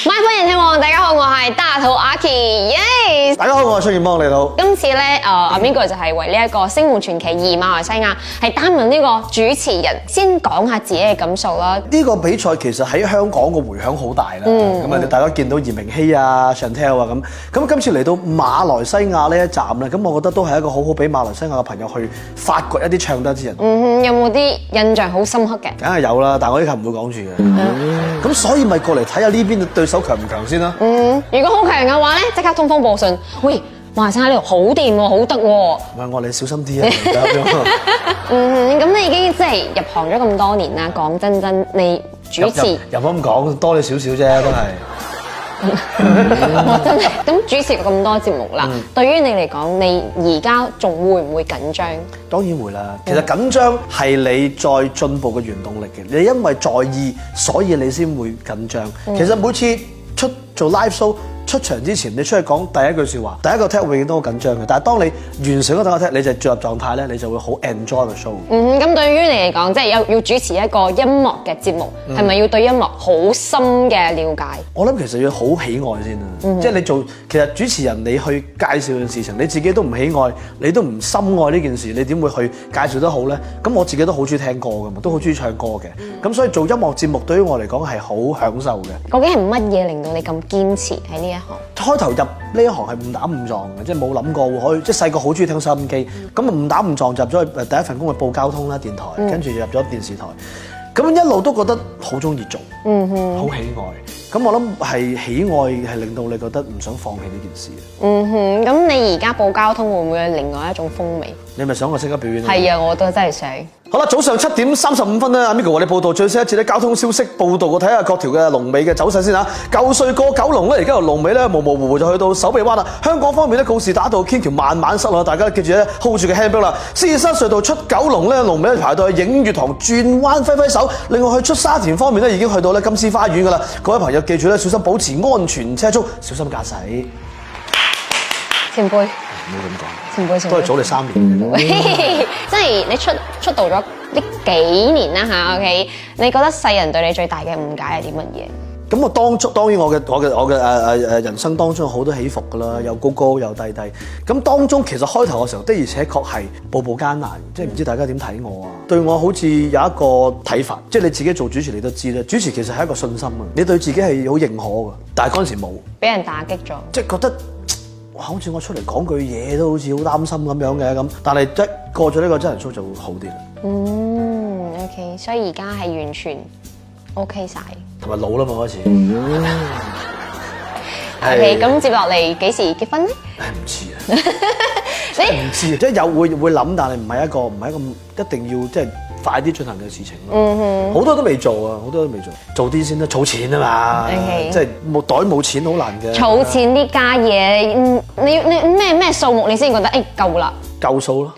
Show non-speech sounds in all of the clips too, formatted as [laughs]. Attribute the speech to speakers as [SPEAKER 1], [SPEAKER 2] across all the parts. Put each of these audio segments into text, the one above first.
[SPEAKER 1] My f 人聽王，大家好，我係大肚阿 K，耶！
[SPEAKER 2] 大家好，我係孫健邦嚟到。
[SPEAKER 1] 今次咧，誒阿 Migo 就係為呢一個《星夢傳奇二》馬來西亞係擔任呢個主持人，先講下自己嘅感受啦。
[SPEAKER 2] 呢個比賽其實喺香港個迴響好大啦，
[SPEAKER 1] 嗯
[SPEAKER 2] 咁啊、你大家見到嚴明熙啊、Chantel 啊咁，咁今次嚟到馬來西亞呢一站咧，咁我覺得都係一個好好俾馬來西亞嘅朋友去發掘一啲唱得之人，
[SPEAKER 1] 嗯哼，有冇啲印象好深刻嘅？
[SPEAKER 2] 梗係有啦，但我呢球唔會講住嘅，咁所以咪過嚟睇下呢邊嘅對手強唔強先啦。
[SPEAKER 1] 嗯，如果好強嘅話咧，即刻通風報信。喂，馬來西亞呢度好掂喎，好得喎。
[SPEAKER 2] 唔係我話你小心啲啊，咁樣
[SPEAKER 1] 嗯，咁你已經即係入行咗咁多年啦，講真真，你 [laughs] 主持
[SPEAKER 2] 又又咁講，多你少少啫，都係。
[SPEAKER 1] 我真係咁主持過咁多節目啦，對於你嚟講，你而家仲會唔會緊張？
[SPEAKER 2] 當然會啦，其實緊張係你再進步嘅原動力嘅。你因為在意，所以你先會緊張。其實每次出做 live show 出場之前，你出去講第一句説話，第一個 take 永遠都好緊張嘅。但係當你完成咗第一個 take，你就進入狀態咧，你就會好 enjoy 個 show。
[SPEAKER 1] 嗯，咁對於你嚟講，即係要要主持一個音樂嘅節目，
[SPEAKER 2] 嗯
[SPEAKER 1] 係咪要對音樂好深嘅了解？
[SPEAKER 2] 我諗其實要好喜愛先啊，即係你做其實主持人，你去介紹件事情，你自己都唔喜愛，你都唔深愛呢件事，你點會去介紹得好呢？咁我自己都好中意聽歌噶嘛，都好中意唱歌嘅，咁所以做音樂節目對於我嚟講係好享受嘅。
[SPEAKER 1] 究竟係乜嘢令到你咁堅持喺呢一行？
[SPEAKER 2] 開頭入呢一行係誤打誤撞嘅，即係冇諗過會可以，即係細個好中意聽收音機，咁啊誤打誤撞就入咗去誒第一份工去報交通啦電台，跟住就入咗電視台，咁一路都覺得好中意做，好喜愛，咁我諗係喜愛係令到你覺得唔想放棄呢件事嘅，
[SPEAKER 1] 嗯哼，咁你而家報交通會唔會有另外一種風味？
[SPEAKER 2] 你咪想我即刻表演啊
[SPEAKER 1] 係啊，我都真係想。
[SPEAKER 2] 好啦，早上七點三十五分咧，阿 Miko 為你報道最新一次咧交通消息報道，我睇下各條嘅龍尾嘅走勢先嚇。舊隧過九龍咧，而家由龍尾咧模模糊糊就去到手臂灣啦。香港方面咧，告士打道天橋慢慢塞落，大家記住咧 hold 住嘅 handbrake 啦。獅子山隧道出九龍咧，龍尾咧排到去映月堂轉彎揮揮手。另外去出沙田方面咧，已經去到咧金絲花園噶啦。各位朋友記住咧，小心保持安全車速，小心駕駛。
[SPEAKER 1] 前輩，
[SPEAKER 2] 唔
[SPEAKER 1] 前輩，前
[SPEAKER 2] 好咁講，都係
[SPEAKER 1] 輩。
[SPEAKER 2] 早你三年嘅啫。
[SPEAKER 1] [laughs] 即係你出出道咗呢幾年啦吓 o k 你覺得世人對你最大嘅誤解係啲乜嘢？
[SPEAKER 2] 咁我當中當然我嘅我嘅我嘅誒誒誒人生當中有好多起伏㗎啦，有高高有低低。咁當中其實開頭嘅時候的而且確係步步艱難，
[SPEAKER 1] 嗯
[SPEAKER 2] 即係唔知大家點睇我啊？對我好似有一個睇法，即係你自己做主持你都知啦。主持其實係一個信心啊，你對自己係好認可㗎，但係嗰陣時冇，
[SPEAKER 1] 俾人打擊咗。
[SPEAKER 2] 即係覺得。哇！好似我出嚟講句嘢都好似好擔心咁樣嘅咁，但係一過咗呢個真人 show 就會好啲啦，
[SPEAKER 1] 嗯，OK，所以而家係完全 OK 晒。
[SPEAKER 2] 同埋老啦嘛開始，
[SPEAKER 1] 嗯
[SPEAKER 2] 係
[SPEAKER 1] OK，咁接落嚟幾時結婚咧？
[SPEAKER 2] 唉唔知啊。
[SPEAKER 1] 你
[SPEAKER 2] 唔知，即係有會會諗，但係唔係一個唔係一個一定要即係快啲進行嘅事情咯。好多都未做啊，好多都未做，做啲先啦，儲錢啊嘛
[SPEAKER 1] OK，
[SPEAKER 2] 即係冇袋冇錢好難嘅。
[SPEAKER 1] 儲錢呢家嘢，嗯你你咩咩數目你先覺得誒夠啦？
[SPEAKER 2] 夠數咯，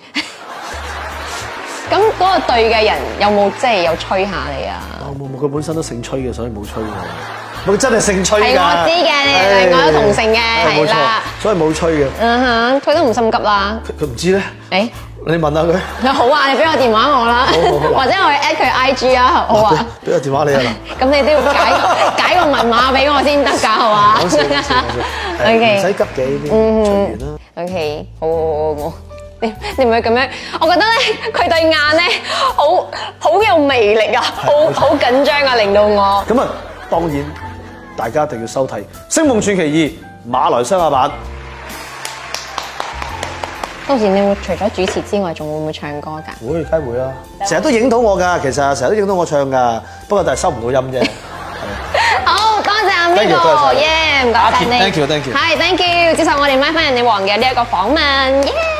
[SPEAKER 1] 咁嗰個對嘅人有冇即係有催下你啊？
[SPEAKER 2] 冇冇佢本身都姓崔嘅，所以冇催我。佢真係姓崔㗎。
[SPEAKER 1] 係我知嘅你哋兩個都同姓嘅
[SPEAKER 2] 唉冇
[SPEAKER 1] 係啦
[SPEAKER 2] 錯所以冇催嘅。
[SPEAKER 1] 嗯哼，佢都唔心急啦。
[SPEAKER 2] 佢佢唔知咧，
[SPEAKER 1] 誒，
[SPEAKER 2] 你問下佢。
[SPEAKER 1] 好啊，你俾個電話我啦，
[SPEAKER 2] 好好好
[SPEAKER 1] 或者我 at 佢 IG 啊，好啊。
[SPEAKER 2] 俾個電話你
[SPEAKER 1] [laughs]
[SPEAKER 2] 啊嗱。
[SPEAKER 1] 咁你都要解解個密碼俾我先得㗎，係嘛
[SPEAKER 2] 講笑講笑講笑唉唔使
[SPEAKER 1] à. [laughs] ？OK
[SPEAKER 2] 急嘅呢啲，隨緣啦。
[SPEAKER 1] OK，好好好好好。 [laughs] 你你唔係咁樣，我覺得咧佢對眼咧好好有魅力啊，好好緊張啊，令到我
[SPEAKER 2] 咁啊，當然大家一定要收睇《星夢傳奇二》馬來西亞版。
[SPEAKER 1] 到時你會除咗主持之外，仲會唔會唱歌㗎？
[SPEAKER 2] 會，梗係會啦。成日都影到我㗎，其實成日都影到我唱㗎，不過但係收唔到音啫。
[SPEAKER 1] 好，多謝阿
[SPEAKER 2] Thank you，多謝
[SPEAKER 1] Migo，
[SPEAKER 2] 晒
[SPEAKER 1] 耶，唔該晒你
[SPEAKER 2] Thank you，thank you，thank you
[SPEAKER 1] 係 thank you，接受我哋 My 翻人哋王嘅呢一個訪問，耶。